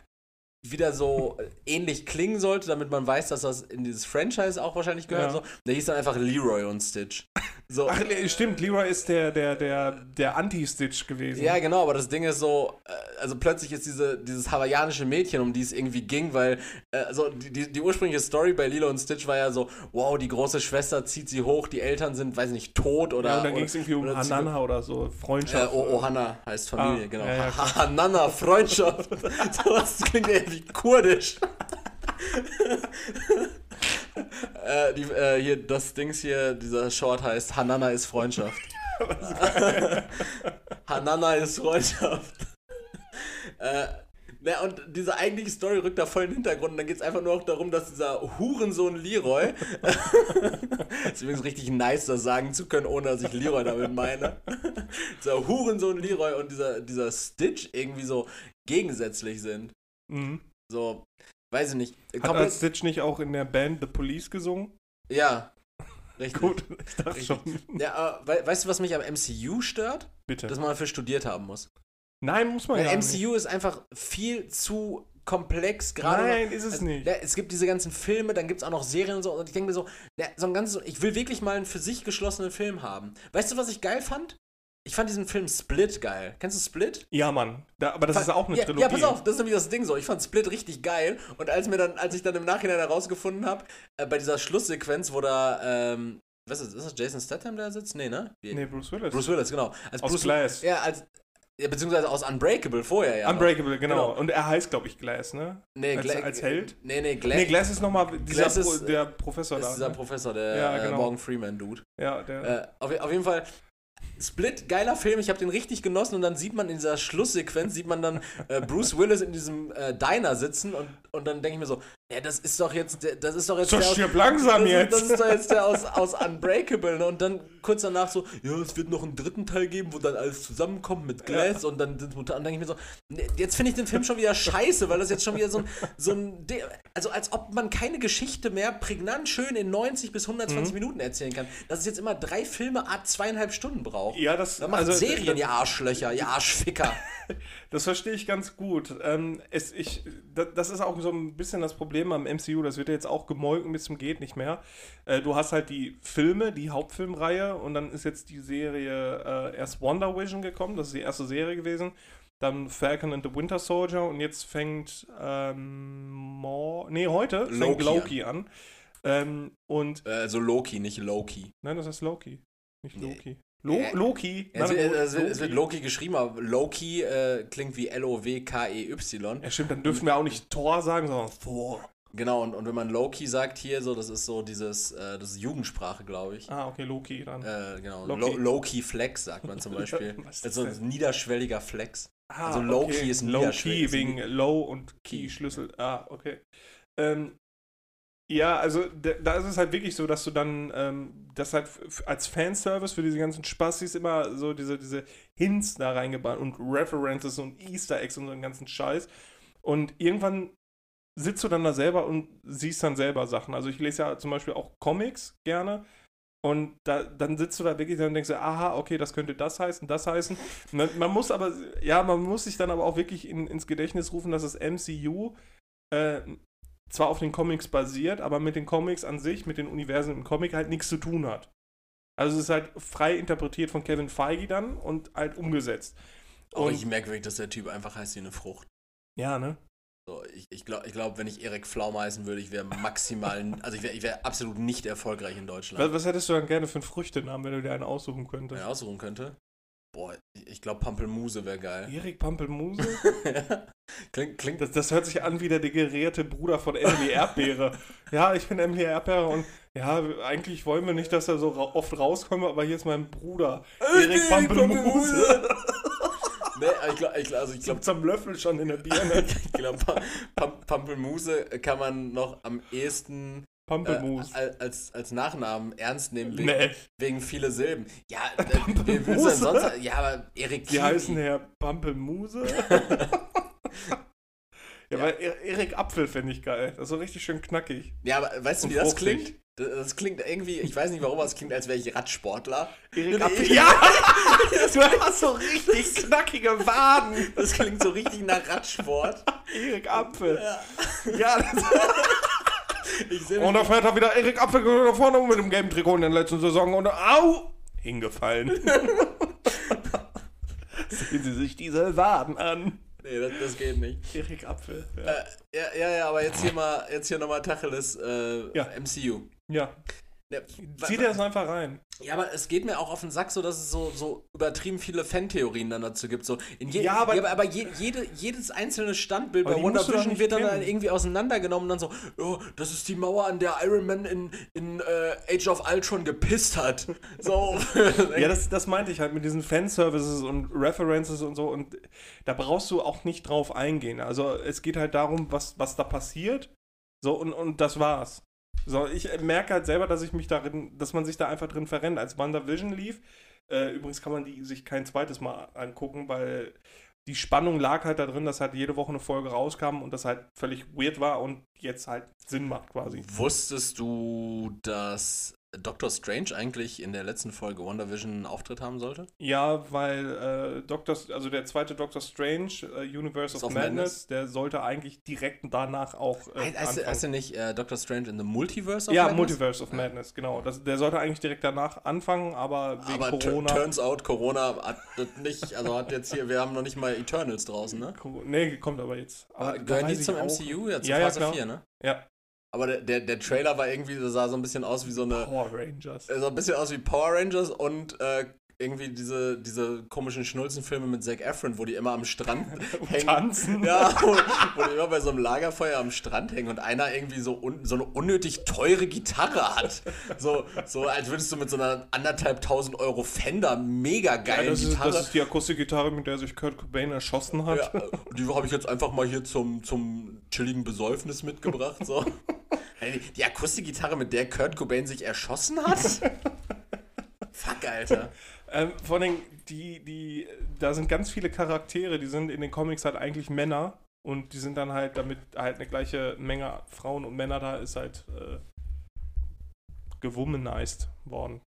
[SPEAKER 1] wieder so äh, ähnlich klingen sollte, damit man weiß, dass das in dieses Franchise auch wahrscheinlich gehört.
[SPEAKER 2] Ja.
[SPEAKER 1] So. Der hieß dann einfach Leroy und Stitch. So,
[SPEAKER 2] Ach, le- stimmt, Leroy ist der, der, der, der Anti-Stitch gewesen.
[SPEAKER 1] Ja, genau, aber das Ding ist so, äh, also plötzlich ist diese, dieses hawaiianische Mädchen, um die es irgendwie ging, weil äh, so die, die, die ursprüngliche Story bei Lilo und Stitch war ja so, wow, die große Schwester zieht sie hoch, die Eltern sind, weiß nicht, tot oder.
[SPEAKER 2] ja, und dann
[SPEAKER 1] oder-
[SPEAKER 2] ging es irgendwie um
[SPEAKER 1] genau. oder-
[SPEAKER 2] Hanana oder so,
[SPEAKER 1] Äh,
[SPEAKER 2] Freundschaft.
[SPEAKER 1] oh, Ohana heißt Familie,
[SPEAKER 2] Ah,
[SPEAKER 1] genau.
[SPEAKER 2] ja, ja,
[SPEAKER 1] Ha- Hanana, Freundschaft. so, das klingt irgendwie kurdisch. äh, die, äh, hier, das Dings hier, dieser Short heißt Hanana ist Freundschaft. Hanana ist Freundschaft. äh, na, und diese eigentliche Story rückt da voll in den Hintergrund. Und dann geht es einfach nur noch darum, dass dieser Hurensohn Leroy. ist übrigens richtig nice, das sagen zu können, ohne dass ich Leroy damit meine. dieser Hurensohn Leroy und dieser, dieser Stitch irgendwie so gegensätzlich sind.
[SPEAKER 2] Mhm.
[SPEAKER 1] So, weiß ich nicht.
[SPEAKER 2] Hat
[SPEAKER 1] Komplett-
[SPEAKER 2] als Stitch nicht auch in der Band The Police gesungen?
[SPEAKER 1] ja. Richtig.
[SPEAKER 2] Gut, ich dachte
[SPEAKER 1] Richtig.
[SPEAKER 2] schon.
[SPEAKER 1] Ja, aber we weißt du, was mich am MCU stört?
[SPEAKER 2] Bitte.
[SPEAKER 1] Dass man dafür studiert haben muss.
[SPEAKER 2] Nein, muss man
[SPEAKER 1] Weil
[SPEAKER 2] ja nicht.
[SPEAKER 1] MCU ist einfach viel zu komplex, gerade.
[SPEAKER 2] Nein, ist es
[SPEAKER 1] Also,
[SPEAKER 2] nicht.
[SPEAKER 1] ja, es gibt diese ganzen Filme, dann gibt es auch noch Serien und so. ne, Und ich denke mir so, ja, so ein ganzes, ich will wirklich mal einen für sich geschlossenen Film haben. Weißt du, was ich geil fand? Ich fand diesen Film Split geil. Kennst du Split?
[SPEAKER 2] Ja, Mann. Da, aber das ist auch eine
[SPEAKER 1] ja,
[SPEAKER 2] Trilogie.
[SPEAKER 1] Ja, pass auf, das ist nämlich das Ding so. Ich fand Split richtig geil und als mir dann, als ich dann im Nachhinein herausgefunden habe, äh, bei dieser Schlusssequenz, wo da, ähm, was ist, ist das Jason Statham, der da sitzt? Nee, ne? Wie-
[SPEAKER 2] Nee, Bruce Willis.
[SPEAKER 1] Bruce Willis, genau. Als
[SPEAKER 2] Aus
[SPEAKER 1] Bruce,
[SPEAKER 2] Glass.
[SPEAKER 1] Ja, als, ja, beziehungsweise aus Unbreakable vorher, ja.
[SPEAKER 2] Unbreakable, genau.
[SPEAKER 1] Genau.
[SPEAKER 2] Und er heißt, glaube ich, Glass, ne?
[SPEAKER 1] Nee,
[SPEAKER 2] als-
[SPEAKER 1] Gla-
[SPEAKER 2] als Held?
[SPEAKER 1] Nee, nee, Glenn.
[SPEAKER 2] Nee, Glass ist nochmal dieser
[SPEAKER 1] Glass ist, äh,
[SPEAKER 2] Pro, der Professor
[SPEAKER 1] ist
[SPEAKER 2] da.
[SPEAKER 1] dieser
[SPEAKER 2] ne?
[SPEAKER 1] Professor, der
[SPEAKER 2] Ja,
[SPEAKER 1] äh,
[SPEAKER 2] genau.
[SPEAKER 1] Morgan Freeman-Dude.
[SPEAKER 2] ja, der.
[SPEAKER 1] Äh, auf, auf jeden Fall. Split, geiler Film, ich habe den richtig genossen und dann sieht man in dieser Schlusssequenz, sieht man dann äh, Bruce Willis in diesem äh, Diner sitzen und, und dann denke ich mir so, ja, das ist doch jetzt, der- das ist doch jetzt
[SPEAKER 2] so
[SPEAKER 1] der aus-
[SPEAKER 2] stirb langsam
[SPEAKER 1] das
[SPEAKER 2] jetzt.
[SPEAKER 1] Ist, das ist doch jetzt der aus, aus Unbreakable. Ne? Und dann kurz danach so, ja, es wird noch einen dritten Teil geben, wo dann alles zusammenkommt mit Glass und dann sind Mutanten. Dann denke ich mir so, ne, jetzt finde ich den Film schon wieder scheiße, weil das jetzt schon wieder so ein, so ein De- also als ob man keine Geschichte mehr prägnant schön in 90 bis 120 Minuten erzählen kann. Dass es jetzt immer drei Filme a zweieinhalb Stunden braucht.
[SPEAKER 2] ja, das,
[SPEAKER 1] äh, Dann macht
[SPEAKER 2] also,
[SPEAKER 1] Serien,
[SPEAKER 2] das,
[SPEAKER 1] ihr Arschlöcher, ihr Arschficker.
[SPEAKER 2] das verstehe ich ganz gut. Ähm, es, ich, das, das ist auch so ein bisschen das Problem am MCU. Das wird ja jetzt auch gemolken bis zum geht nicht mehr. Äh, du hast halt die Filme, die Hauptfilmreihe und dann ist jetzt die Serie äh, erst Wonder Vision gekommen. Das ist die erste Serie gewesen. Dann Falcon and the Winter Soldier und jetzt fängt ähm, mor- nee heute fängt
[SPEAKER 1] Loki
[SPEAKER 2] Loki an. Ähm, und
[SPEAKER 1] Äh, Also Loki, nicht Loki.
[SPEAKER 2] nein, das heißt Loki, nicht
[SPEAKER 1] Nee.
[SPEAKER 2] Loki. Lo
[SPEAKER 1] Äh,
[SPEAKER 2] Loki.
[SPEAKER 1] Es
[SPEAKER 2] Nein,
[SPEAKER 1] wird, es, wird, es
[SPEAKER 2] Loki.
[SPEAKER 1] wird Loki geschrieben, aber Loki äh, klingt wie E L-O-W-K-E-Y.
[SPEAKER 2] Ja, stimmt, dann dürfen wir auch nicht Thor sagen, sondern Thor.
[SPEAKER 1] Genau, und, und wenn man Loki sagt hier, so, das ist so dieses, äh, das ist Jugendsprache, glaube ich.
[SPEAKER 2] Ah, okay, Loki dann.
[SPEAKER 1] Äh, genau,
[SPEAKER 2] Loki.
[SPEAKER 1] Lo- Loki Flex sagt man zum Beispiel.
[SPEAKER 2] Was
[SPEAKER 1] das
[SPEAKER 2] ist
[SPEAKER 1] ist so
[SPEAKER 2] das
[SPEAKER 1] ein niederschwelliger Flex.
[SPEAKER 2] ah,
[SPEAKER 1] also Loki ist ein
[SPEAKER 2] Low-Key
[SPEAKER 1] Niederschwätzer.
[SPEAKER 2] wegen Low und Key-Schlüssel. Ah, okay. Ähm, ja, also da, da ist es halt wirklich so, dass du dann ähm, das halt f- als Fanservice für diese ganzen Spastis immer so diese, diese Hints da reingebaut und References und Easter Eggs und so einen ganzen Scheiß. Und irgendwann sitzt du dann da selber und siehst dann selber Sachen. Also ich lese ja zum Beispiel auch Comics gerne. Und da, dann sitzt du da wirklich dann und denkst, dir, aha, okay, das könnte das heißen, das heißen. Man, man muss aber, ja, man muss sich dann aber auch wirklich in, ins Gedächtnis rufen, dass das MCU äh, zwar auf den Comics basiert, aber mit den Comics an sich, mit den Universen im Comic halt nichts zu tun hat. Also es ist halt frei interpretiert von Kevin Feige dann und halt umgesetzt.
[SPEAKER 1] Auch
[SPEAKER 2] Und-
[SPEAKER 1] richtig merkwürdig, dass der Typ einfach heißt wie eine Frucht.
[SPEAKER 2] Ja, ne?
[SPEAKER 1] So, ich ich glaube, ich glaub, wenn ich Erik Pflaume heißen würde, ich wäre maximal, also ich wäre ich wär absolut nicht erfolgreich in
[SPEAKER 2] Was,
[SPEAKER 1] Deutschland.
[SPEAKER 2] was hättest du dann gerne für einen Früchtenamen, wenn du dir einen aussuchen
[SPEAKER 1] Wenn
[SPEAKER 2] könntest?
[SPEAKER 1] ich aussuchen könnte. Boah, ich- ich glaube, Pampelmuse wäre geil.
[SPEAKER 2] Erik Pampelmuse?
[SPEAKER 1] klingt, klingt
[SPEAKER 2] Das, das hört sich an wie der degenerierte Bruder von Emily Erdbeere. ja, ich bin Emily Erdbeere und ja, eigentlich wollen wir nicht, dass er so ra oft rauskommt, aber hier ist mein Bruder. Erik Äh, Pampelmuse.
[SPEAKER 1] Nee, aber ich glaube, ich, glaub- also ich
[SPEAKER 2] Ich
[SPEAKER 1] glaube,
[SPEAKER 2] glaub, zum Löffel schon in der Birne.
[SPEAKER 1] ich glaub, Pam- Pam- Pampelmuse kann man noch am ehesten äh,
[SPEAKER 2] Pampelmus.
[SPEAKER 1] al- als, als Nachnamen ernst nehmen, wegen,
[SPEAKER 2] nee,
[SPEAKER 1] wegen viele Silben. Ja, äh,
[SPEAKER 2] Pampelmuse?
[SPEAKER 1] wer willst du denn sonst? Ja, aber Erik Kiwi.
[SPEAKER 2] die heißen ja Pampelmuse. ja, weil er Erik Apfel finde ich geil. Das ist so richtig schön knackig.
[SPEAKER 1] Ja, aber weißt du,
[SPEAKER 2] Und
[SPEAKER 1] wie das
[SPEAKER 2] fruchtig.
[SPEAKER 1] klingt? Das- Das klingt irgendwie, ich weiß nicht warum, aber es klingt, als wäre ich Radsportler.
[SPEAKER 2] Erik
[SPEAKER 1] Nee,
[SPEAKER 2] Apfel.
[SPEAKER 1] nee.
[SPEAKER 2] du hast so richtig knackige Waden.
[SPEAKER 1] Das klingt so richtig nach Radsport.
[SPEAKER 2] Erik Apfel.
[SPEAKER 1] Ja.
[SPEAKER 2] Ja, das
[SPEAKER 1] Ich seh mich-
[SPEAKER 2] Und da fährt er wieder Erik Apfel nach vorne mit dem gelben Trikot in der letzten Saison und au! Hingefallen. Sehen Sie sich diese Waden an.
[SPEAKER 1] nee, das, das geht nicht.
[SPEAKER 2] Erik Apfel. Ja.
[SPEAKER 1] Äh, ja, ja, ja, aber jetzt hier mal, jetzt hier nochmal Tacheles äh,
[SPEAKER 2] Ja.
[SPEAKER 1] MCU.
[SPEAKER 2] ja.
[SPEAKER 1] Ja,
[SPEAKER 2] Zieh dir das einfach rein.
[SPEAKER 1] Ja, aber es geht mir auch auf den Sack so, dass es so, so übertrieben viele Fantheorien dann dazu gibt. So in je,
[SPEAKER 2] Ja,
[SPEAKER 1] ja,
[SPEAKER 2] aber-
[SPEAKER 1] aber, aber je, jede, jedes einzelne Standbild
[SPEAKER 2] Aber
[SPEAKER 1] bei
[SPEAKER 2] die musst
[SPEAKER 1] Wonder
[SPEAKER 2] du doch
[SPEAKER 1] Vision
[SPEAKER 2] nicht
[SPEAKER 1] wird dann,
[SPEAKER 2] kennen.
[SPEAKER 1] dann irgendwie auseinandergenommen und dann so, oh, das ist die Mauer, an der Iron Man in, in äh, Age of Ultron gepisst hat. So.
[SPEAKER 2] Ja, das, das meinte ich halt mit diesen Fanservices und References und so. Und da brauchst du auch nicht drauf eingehen. Also es geht halt darum, was, was da passiert. So, und, und das war's. So, ich merke halt selber, dass ich mich darin, dass man sich da einfach drin verrennt. Als WandaVision lief, äh, übrigens kann man die sich kein zweites Mal angucken, weil die Spannung lag halt da drin, dass halt jede Woche eine Folge rauskam und das halt völlig weird war und jetzt halt Sinn macht quasi.
[SPEAKER 1] Wusstest du, dass Doctor Strange eigentlich in der letzten Folge WandaVision einen Auftritt haben sollte?
[SPEAKER 2] Ja, weil äh, Doctor, also der zweite Doctor Strange, äh, Universe
[SPEAKER 1] Ist
[SPEAKER 2] of,
[SPEAKER 1] auf
[SPEAKER 2] Madness,
[SPEAKER 1] Madness.
[SPEAKER 2] der sollte eigentlich direkt danach auch. Äh,
[SPEAKER 1] Heißt- heißt,
[SPEAKER 2] anfangen.
[SPEAKER 1] heißt er nicht äh, Doctor Strange in the Multiverse? of
[SPEAKER 2] ja,
[SPEAKER 1] Madness?
[SPEAKER 2] Multiverse of
[SPEAKER 1] Ja.
[SPEAKER 2] Madness, genau. Das, der sollte eigentlich direkt danach anfangen, aber wegen
[SPEAKER 1] Aber tu-
[SPEAKER 2] Corona.
[SPEAKER 1] turns out, Corona hat das nicht, also hat jetzt hier, wir haben noch nicht mal Eternals draußen, ne?
[SPEAKER 2] Cor- Nee, kommt aber jetzt.
[SPEAKER 1] Aber
[SPEAKER 2] da
[SPEAKER 1] gehören die
[SPEAKER 2] weiß ich
[SPEAKER 1] zum
[SPEAKER 2] auch-
[SPEAKER 1] MCU? Ja, zu
[SPEAKER 2] Ja, ja,
[SPEAKER 1] Phase
[SPEAKER 2] klar.
[SPEAKER 1] 4, ne?
[SPEAKER 2] Ja.
[SPEAKER 1] Aber der, der, der Trailer war irgendwie, der sah so ein bisschen aus wie so eine,
[SPEAKER 2] Power Rangers.
[SPEAKER 1] äh, so ein bisschen aus wie Power Rangers und äh, irgendwie diese, diese komischen Schnulzenfilme mit Zac Efron, wo die immer am Strand hängen.
[SPEAKER 2] Tanzen.
[SPEAKER 1] Ja, wo, wo die immer bei so einem Lagerfeuer am Strand hängen und einer irgendwie so, un, so eine unnötig teure Gitarre hat. So, so als würdest du mit so einer anderthalb tausend Euro Fender mega
[SPEAKER 2] Ja,
[SPEAKER 1] geilen
[SPEAKER 2] das, ist,
[SPEAKER 1] Gitarre.
[SPEAKER 2] das ist die Akustikgitarre, mit der sich Kurt Cobain erschossen hat.
[SPEAKER 1] Ja, die habe ich jetzt einfach mal hier zum, zum chilligen Besäufnis mitgebracht. So. Ey, Die Akustikgitarre, mit der Kurt Cobain sich erschossen hat? Fuck, Alter.
[SPEAKER 2] Ähm, vor allem, die, die, da sind ganz viele Charaktere, die sind in den Comics halt eigentlich Männer und die sind dann halt, damit halt eine gleiche Menge Frauen und Männer da ist, halt äh, gewomanized worden.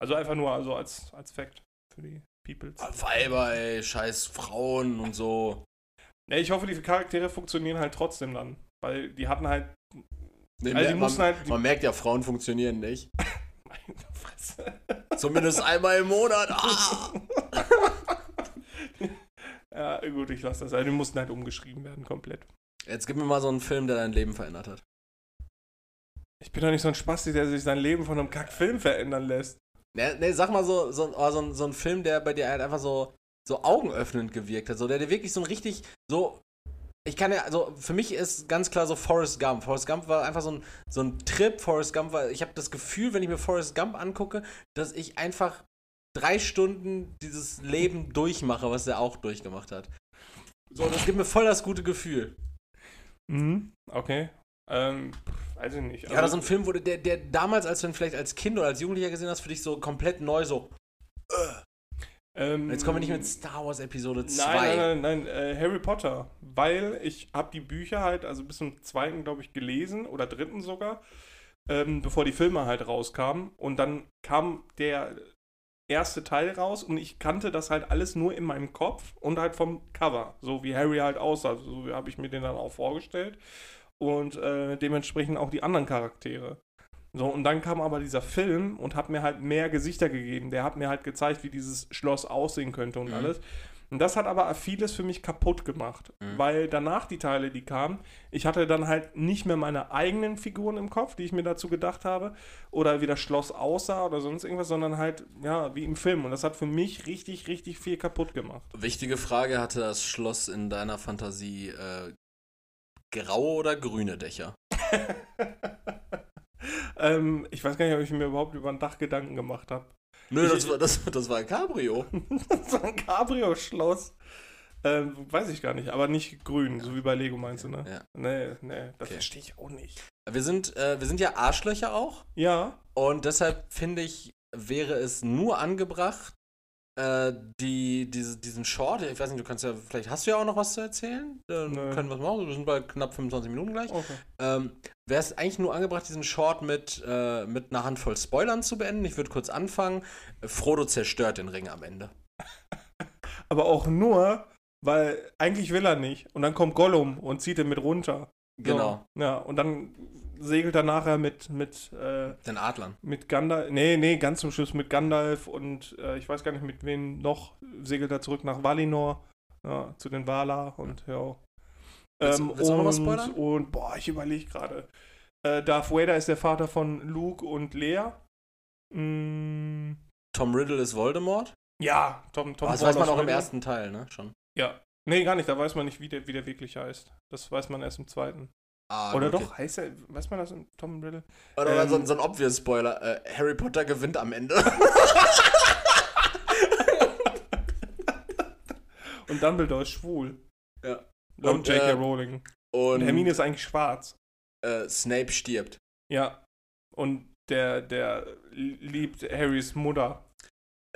[SPEAKER 2] Also einfach nur also als, als Fact für die Peoples.
[SPEAKER 1] Also- Weiber, ey, scheiß Frauen und so.
[SPEAKER 2] Ne, ich hoffe, die Charaktere funktionieren halt trotzdem dann, weil die hatten halt
[SPEAKER 1] Nee,
[SPEAKER 2] Also die
[SPEAKER 1] mer-
[SPEAKER 2] mussten
[SPEAKER 1] man,
[SPEAKER 2] halt-
[SPEAKER 1] man merkt ja, Frauen funktionieren nicht.
[SPEAKER 2] meine Fresse.
[SPEAKER 1] Zumindest einmal im Monat. Ah!
[SPEAKER 2] Ja, gut, ich lasse das. Also die mussten halt umgeschrieben werden komplett.
[SPEAKER 1] Jetzt gib mir mal so einen Film, der dein Leben verändert hat.
[SPEAKER 2] Ich bin doch nicht so ein Spasti, der sich sein Leben von einem Kackfilm verändern lässt.
[SPEAKER 1] Nee, nee Ne, sag mal so, so, oh, so, ein- so ein Film, der bei dir halt einfach so, so augenöffnend gewirkt hat. So, der dir wirklich so ein richtig, so. Ich kann ja, also für mich ist ganz klar so Forrest Gump. Forrest Gump war einfach so ein, so ein Trip. Forrest Gump war, ich habe das Gefühl, wenn ich mir Forrest Gump angucke, dass ich einfach drei Stunden dieses Leben durchmache, was er auch durchgemacht hat. So, das gibt mir voll das gute Gefühl.
[SPEAKER 2] Mhm, okay. Ähm, pff, weiß ich nicht. Also,
[SPEAKER 1] Ja, oder so ein Film, wo du- der, der damals, als du ihn vielleicht als Kind oder als Jugendlicher gesehen hast, für dich so komplett neu so.
[SPEAKER 2] ähm,
[SPEAKER 1] Jetzt kommen wir nicht mit Star Wars Episode 2.
[SPEAKER 2] Nein, nein, nein, nein äh, Harry Potter. Weil ich habe die Bücher halt, also bis zum zweiten, glaube ich, gelesen oder dritten sogar, ähm, bevor die Filme halt rauskamen. Und dann kam der erste Teil raus und ich kannte das halt alles nur in meinem Kopf und halt vom Cover, so wie Harry halt aussah. So habe ich mir den dann auch vorgestellt. Und äh, dementsprechend auch die anderen Charaktere. So, und dann kam aber dieser Film und hat mir halt mehr Gesichter gegeben. Der hat mir halt gezeigt, wie dieses Schloss aussehen könnte und
[SPEAKER 1] Mhm.
[SPEAKER 2] alles. Und das hat aber vieles für mich kaputt gemacht,
[SPEAKER 1] Mhm.
[SPEAKER 2] weil danach die Teile, die kamen, ich hatte dann halt nicht mehr meine eigenen Figuren im Kopf, die ich mir dazu gedacht habe, oder wie das Schloss aussah oder sonst irgendwas, sondern halt, ja, wie im Film. Und das hat für mich richtig, richtig viel kaputt gemacht.
[SPEAKER 1] Wichtige Frage, hatte das Schloss in deiner Fantasie äh, graue oder grüne Dächer?
[SPEAKER 2] ähm, ich weiß gar nicht, ob ich mir überhaupt über ein Dach Gedanken gemacht habe.
[SPEAKER 1] Nö,
[SPEAKER 2] Ich-
[SPEAKER 1] das war, das, das war ein Cabrio.
[SPEAKER 2] das war ein Cabrio-Schloss. Ähm, weiß ich gar nicht, aber nicht grün, so wie bei Lego meinst du, ne?
[SPEAKER 1] Ja.
[SPEAKER 2] Nee, nee, das
[SPEAKER 1] Okay.
[SPEAKER 2] verstehe ich auch nicht.
[SPEAKER 1] Wir sind, äh, wir sind ja Arschlöcher auch
[SPEAKER 2] Ja,
[SPEAKER 1] und deshalb finde ich, wäre es nur angebracht, äh, die, diese, diesen Short, ich weiß nicht, du kannst ja, vielleicht hast du ja auch noch was zu erzählen, dann
[SPEAKER 2] Nö.
[SPEAKER 1] können wir es machen, wir sind bei knapp 25 Minuten gleich.
[SPEAKER 2] okay.
[SPEAKER 1] Ähm, Wäre es eigentlich nur angebracht, diesen Short mit, äh, mit einer Handvoll Spoilern zu beenden? Ich würde kurz anfangen. Frodo zerstört den Ring am Ende.
[SPEAKER 2] Aber auch nur, weil eigentlich will er nicht. Und dann kommt Gollum und zieht ihn mit runter.
[SPEAKER 1] Genau.
[SPEAKER 2] So, ja, und dann segelt er nachher mit, mit, äh,
[SPEAKER 1] Den Adlern.
[SPEAKER 2] mit Gandalf. Nee, nee, ganz zum Schluss mit Gandalf und äh, ich weiß gar nicht mit wem noch, segelt er zurück nach Valinor, ja, zu den Valar und ja. Ähm,
[SPEAKER 1] Willst- willst du auch noch was spoilern?
[SPEAKER 2] und, und boah, ich überlege gerade. Äh, Darth Vader ist der Vater von Luke und Lea. Mm,
[SPEAKER 1] Tom Riddle ist Voldemort.
[SPEAKER 2] ja, Tom,
[SPEAKER 1] Aber
[SPEAKER 2] Tom
[SPEAKER 1] Ah, das weiß man
[SPEAKER 2] Warner's
[SPEAKER 1] auch im
[SPEAKER 2] Riddle.
[SPEAKER 1] ersten Teil, ne? Schon.
[SPEAKER 2] Ja. Nee, gar nicht, da weiß man nicht, wie der, wie der wirklich heißt. Das weiß man erst im zweiten.
[SPEAKER 1] Ah,
[SPEAKER 2] Oder
[SPEAKER 1] gut,
[SPEAKER 2] doch, heißt er, weiß man das im Tom Riddle?
[SPEAKER 1] okay. Oder
[SPEAKER 2] ähm,
[SPEAKER 1] so, ein- so ein obvious Spoiler. Äh, Harry Potter gewinnt am Ende.
[SPEAKER 2] Und Dumbledore ist schwul.
[SPEAKER 1] Ja.
[SPEAKER 2] Laut
[SPEAKER 1] Und,
[SPEAKER 2] J.K.
[SPEAKER 1] äh,
[SPEAKER 2] Rowling. Und
[SPEAKER 1] Und
[SPEAKER 2] Hermine ist eigentlich schwarz.
[SPEAKER 1] äh, Snape stirbt.
[SPEAKER 2] Ja. Und der, der liebt Harrys Mutter.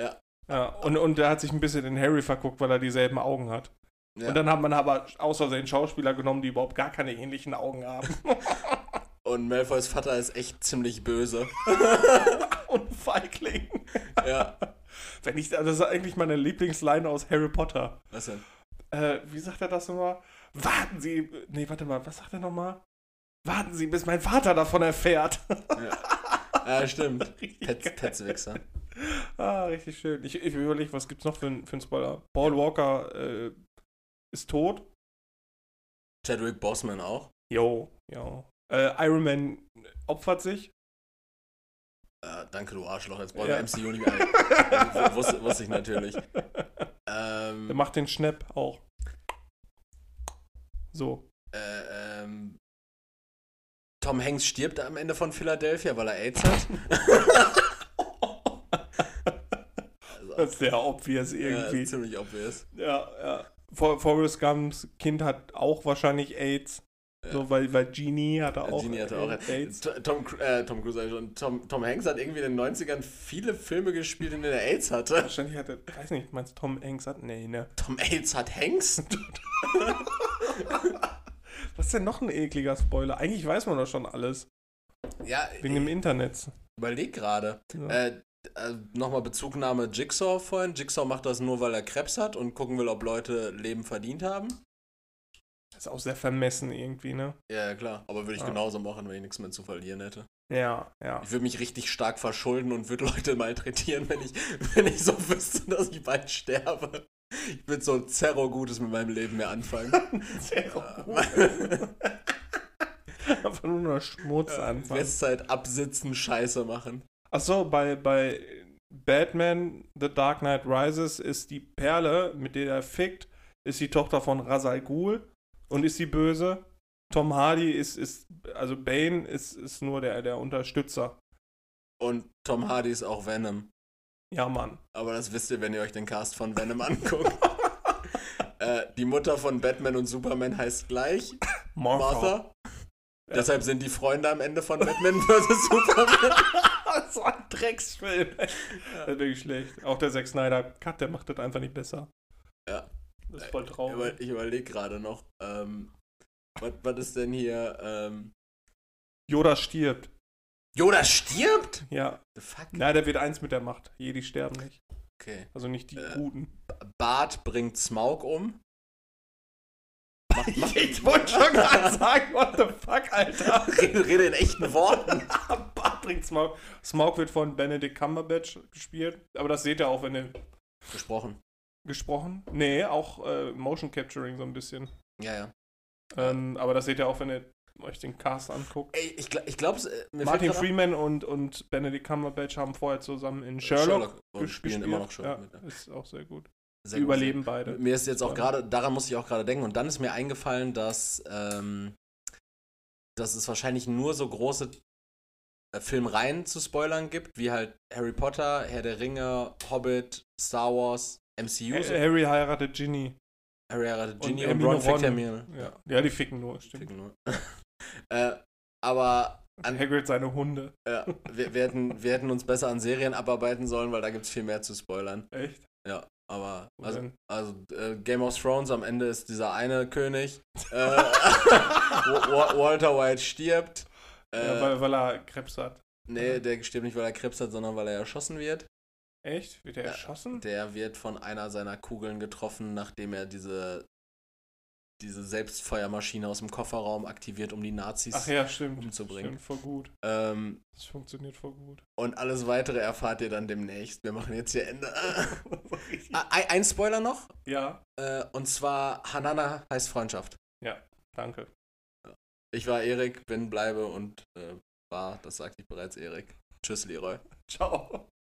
[SPEAKER 1] Ja.
[SPEAKER 2] ja und, und der hat sich ein bisschen in Harry verguckt, weil er dieselben Augen hat.
[SPEAKER 1] Ja.
[SPEAKER 2] Und dann hat man aber aus Versehen Schauspieler genommen, die überhaupt gar keine ähnlichen Augen haben.
[SPEAKER 1] Und Malfoys Vater ist echt ziemlich böse.
[SPEAKER 2] Und Feigling.
[SPEAKER 1] ja,
[SPEAKER 2] Wenn ich, das ist eigentlich meine Lieblingsline aus Harry Potter.
[SPEAKER 1] was denn?
[SPEAKER 2] Äh, wie sagt er das nochmal? Warten Sie. Nee, warte mal, was sagt er nochmal? Warten Sie, bis mein Vater davon erfährt.
[SPEAKER 1] Ja, stimmt.
[SPEAKER 2] Richtig
[SPEAKER 1] Petz,
[SPEAKER 2] geil.
[SPEAKER 1] Petzwichser.
[SPEAKER 2] Ah, richtig schön. Ich, ich überlege, was gibt's noch für, einen- für einen Spoiler? Paul Walker äh, ist tot.
[SPEAKER 1] Chadwick Boseman auch.
[SPEAKER 2] Jo, ja. Äh, Iron Man opfert sich.
[SPEAKER 1] Äh, danke, du Arschloch, jetzt wollen wir
[SPEAKER 2] Ja.
[SPEAKER 1] MCU nicht ein. Also, wusste- wusste ich natürlich.
[SPEAKER 2] Der
[SPEAKER 1] Ähm,
[SPEAKER 2] macht den Schnapp auch. So.
[SPEAKER 1] äh, ähm, Tom Hanks stirbt am Ende von Philadelphia, weil er AIDS hat. Also,
[SPEAKER 2] Das ist sehr obvious
[SPEAKER 1] ja,
[SPEAKER 2] irgendwie.
[SPEAKER 1] ziemlich obvious.
[SPEAKER 2] Ja, ja. For Forrest Gumps Kind hat auch wahrscheinlich AIDS. So, weil, weil Genie hatte auch
[SPEAKER 1] Genie hatte auch
[SPEAKER 2] AIDS.
[SPEAKER 1] T- Tom, Cru- äh, Tom Cruise sag ich schon. Tom, Tom Hanks hat irgendwie in den 90ern viele Filme gespielt, in denen er AIDS hatte.
[SPEAKER 2] Wahrscheinlich hatte, weiß nicht, meinst du, Tom Hanks hat? Nee, ne.
[SPEAKER 1] Tom AIDS hat Hanks?
[SPEAKER 2] Was ist denn noch ein ekliger Spoiler? Eigentlich weiß man doch schon alles.
[SPEAKER 1] Ja,
[SPEAKER 2] Wegen dem Internet.
[SPEAKER 1] überleg gerade.
[SPEAKER 2] Ja.
[SPEAKER 1] Äh, äh, Nochmal Bezugnahme Jigsaw vorhin. Jigsaw macht das nur, weil er Krebs hat und gucken will, ob Leute Leben verdient haben.
[SPEAKER 2] Ist auch sehr vermessen irgendwie, ne?
[SPEAKER 1] Ja, ja, klar. Aber würde ich
[SPEAKER 2] Ja.
[SPEAKER 1] genauso machen, wenn ich nichts mehr zu verlieren hätte.
[SPEAKER 2] Ja, ja.
[SPEAKER 1] Ich würde mich richtig stark verschulden und würde Leute malträtieren, wenn ich, wenn ich so wüsste, dass ich bald sterbe. Ich würde so Zerro Gutes mit meinem Leben mehr anfangen.
[SPEAKER 2] Sehr Einfach nur noch Schmutz
[SPEAKER 1] Äh,
[SPEAKER 2] anfangen.
[SPEAKER 1] Westzeit absitzen, Scheiße machen.
[SPEAKER 2] Achso, bei, bei Batman The Dark Knight Rises ist die Perle, mit der er fickt, ist die Tochter von Rasal Ghul und ist sie böse. Tom Hardy ist, ist also Bane ist, ist nur der, der Unterstützer.
[SPEAKER 1] Und Tom Hardy ist auch Venom.
[SPEAKER 2] Ja, Mann.
[SPEAKER 1] Aber das wisst ihr, wenn ihr euch den Cast von Venom anguckt. äh, die Mutter von Batman und Superman heißt gleich Martha. Deshalb sind die Freunde am Ende von Batman vs. Superman.
[SPEAKER 2] so ein Drecksfilm. Das ist Äh, wirklich schlecht. Auch der Zack Snyder Cut, der macht das einfach nicht besser.
[SPEAKER 1] Ja.
[SPEAKER 2] Das ist voll
[SPEAKER 1] Ich
[SPEAKER 2] traurig.
[SPEAKER 1] Über, ich überlege gerade noch, ähm, was was ist denn hier? Ähm,
[SPEAKER 2] Yoda stirbt.
[SPEAKER 1] Yoda stirbt?
[SPEAKER 2] Ja.
[SPEAKER 1] The fuck?
[SPEAKER 2] Na, der wird eins mit der Macht. Jedi sterben nicht.
[SPEAKER 1] Okay.
[SPEAKER 2] Also nicht die
[SPEAKER 1] Äh,
[SPEAKER 2] Guten.
[SPEAKER 1] Bart bringt Smaug um.
[SPEAKER 2] Ich wollte schon gerade sagen, what the fuck, Alter.
[SPEAKER 1] Rede, rede in echten Worten.
[SPEAKER 2] Patrick Smaug. Smaug wird von Benedict Cumberbatch gespielt. Aber das seht ihr auch, wenn ihr
[SPEAKER 1] Gesprochen.
[SPEAKER 2] gesprochen. Nee, auch äh, Motion Capturing so ein bisschen.
[SPEAKER 1] Ja, ja.
[SPEAKER 2] Ähm, aber das seht ihr auch, wenn ihr euch den Cast anguckt.
[SPEAKER 1] Ey, ich, gl- ich glaube, mir
[SPEAKER 2] Martin
[SPEAKER 1] fällt grad
[SPEAKER 2] Freeman und, und Benedict Cumberbatch haben vorher zusammen in
[SPEAKER 1] auf,
[SPEAKER 2] Sherlock,
[SPEAKER 1] und spielen
[SPEAKER 2] ges- gespielt.
[SPEAKER 1] immer noch Sherlock. mit,
[SPEAKER 2] Ja,
[SPEAKER 1] ne?
[SPEAKER 2] ist auch sehr gut.
[SPEAKER 1] Sehr
[SPEAKER 2] Die
[SPEAKER 1] gut.
[SPEAKER 2] überleben beide.
[SPEAKER 1] Mir ist jetzt auch
[SPEAKER 2] Ähm.
[SPEAKER 1] gerade, daran musste ich auch gerade denken. Und dann ist mir eingefallen, dass, ähm, dass es wahrscheinlich nur so große äh, Filmreihen zu spoilern gibt, wie halt Harry Potter, Herr der Ringe, Hobbit, Star Wars, MCU.
[SPEAKER 2] Ha-
[SPEAKER 1] so.
[SPEAKER 2] Harry heiratet Ginny.
[SPEAKER 1] Harry heiratet
[SPEAKER 2] äh, und
[SPEAKER 1] Ginny und,
[SPEAKER 2] Hermine
[SPEAKER 1] Ron fickt
[SPEAKER 2] Ron.
[SPEAKER 1] Hermine.
[SPEAKER 2] Ja. ja, die ficken nur, stimmt.
[SPEAKER 1] Ficken nur. äh, aber An-
[SPEAKER 2] Hagrid seine Hunde.
[SPEAKER 1] äh, wir, wir, hätten, wir hätten uns besser an Serien abarbeiten sollen, weil da gibt es viel mehr zu spoilern.
[SPEAKER 2] Echt?
[SPEAKER 1] Ja, aber
[SPEAKER 2] Wo
[SPEAKER 1] also,
[SPEAKER 2] denn?
[SPEAKER 1] also äh, Game of Thrones am Ende ist dieser eine König. Äh, Wa- Wa- Walter White stirbt. Äh,
[SPEAKER 2] ja, weil, weil er Krebs hat.
[SPEAKER 1] nee, der stirbt nicht, weil er Krebs hat, sondern weil er erschossen wird.
[SPEAKER 2] Echt? Wird er
[SPEAKER 1] Ja,
[SPEAKER 2] erschossen?
[SPEAKER 1] Der wird von einer seiner Kugeln getroffen, nachdem er diese, diese Selbstfeuermaschine aus dem Kofferraum aktiviert, um die Nazis.
[SPEAKER 2] Ach ja, stimmt.
[SPEAKER 1] umzubringen.
[SPEAKER 2] Stimmt, voll gut.
[SPEAKER 1] Ähm,
[SPEAKER 2] Das funktioniert voll gut.
[SPEAKER 1] Und alles weitere erfahrt ihr dann demnächst. Wir machen jetzt hier Ende. Ah, ein, ein Spoiler noch.
[SPEAKER 2] ja,
[SPEAKER 1] Äh, und zwar Hanana heißt Freundschaft.
[SPEAKER 2] danke.
[SPEAKER 1] Ich war Erik, bin, bleibe und äh, war. Das sagte ich bereits Erik. Tschüss, Leroy.
[SPEAKER 2] Ciao.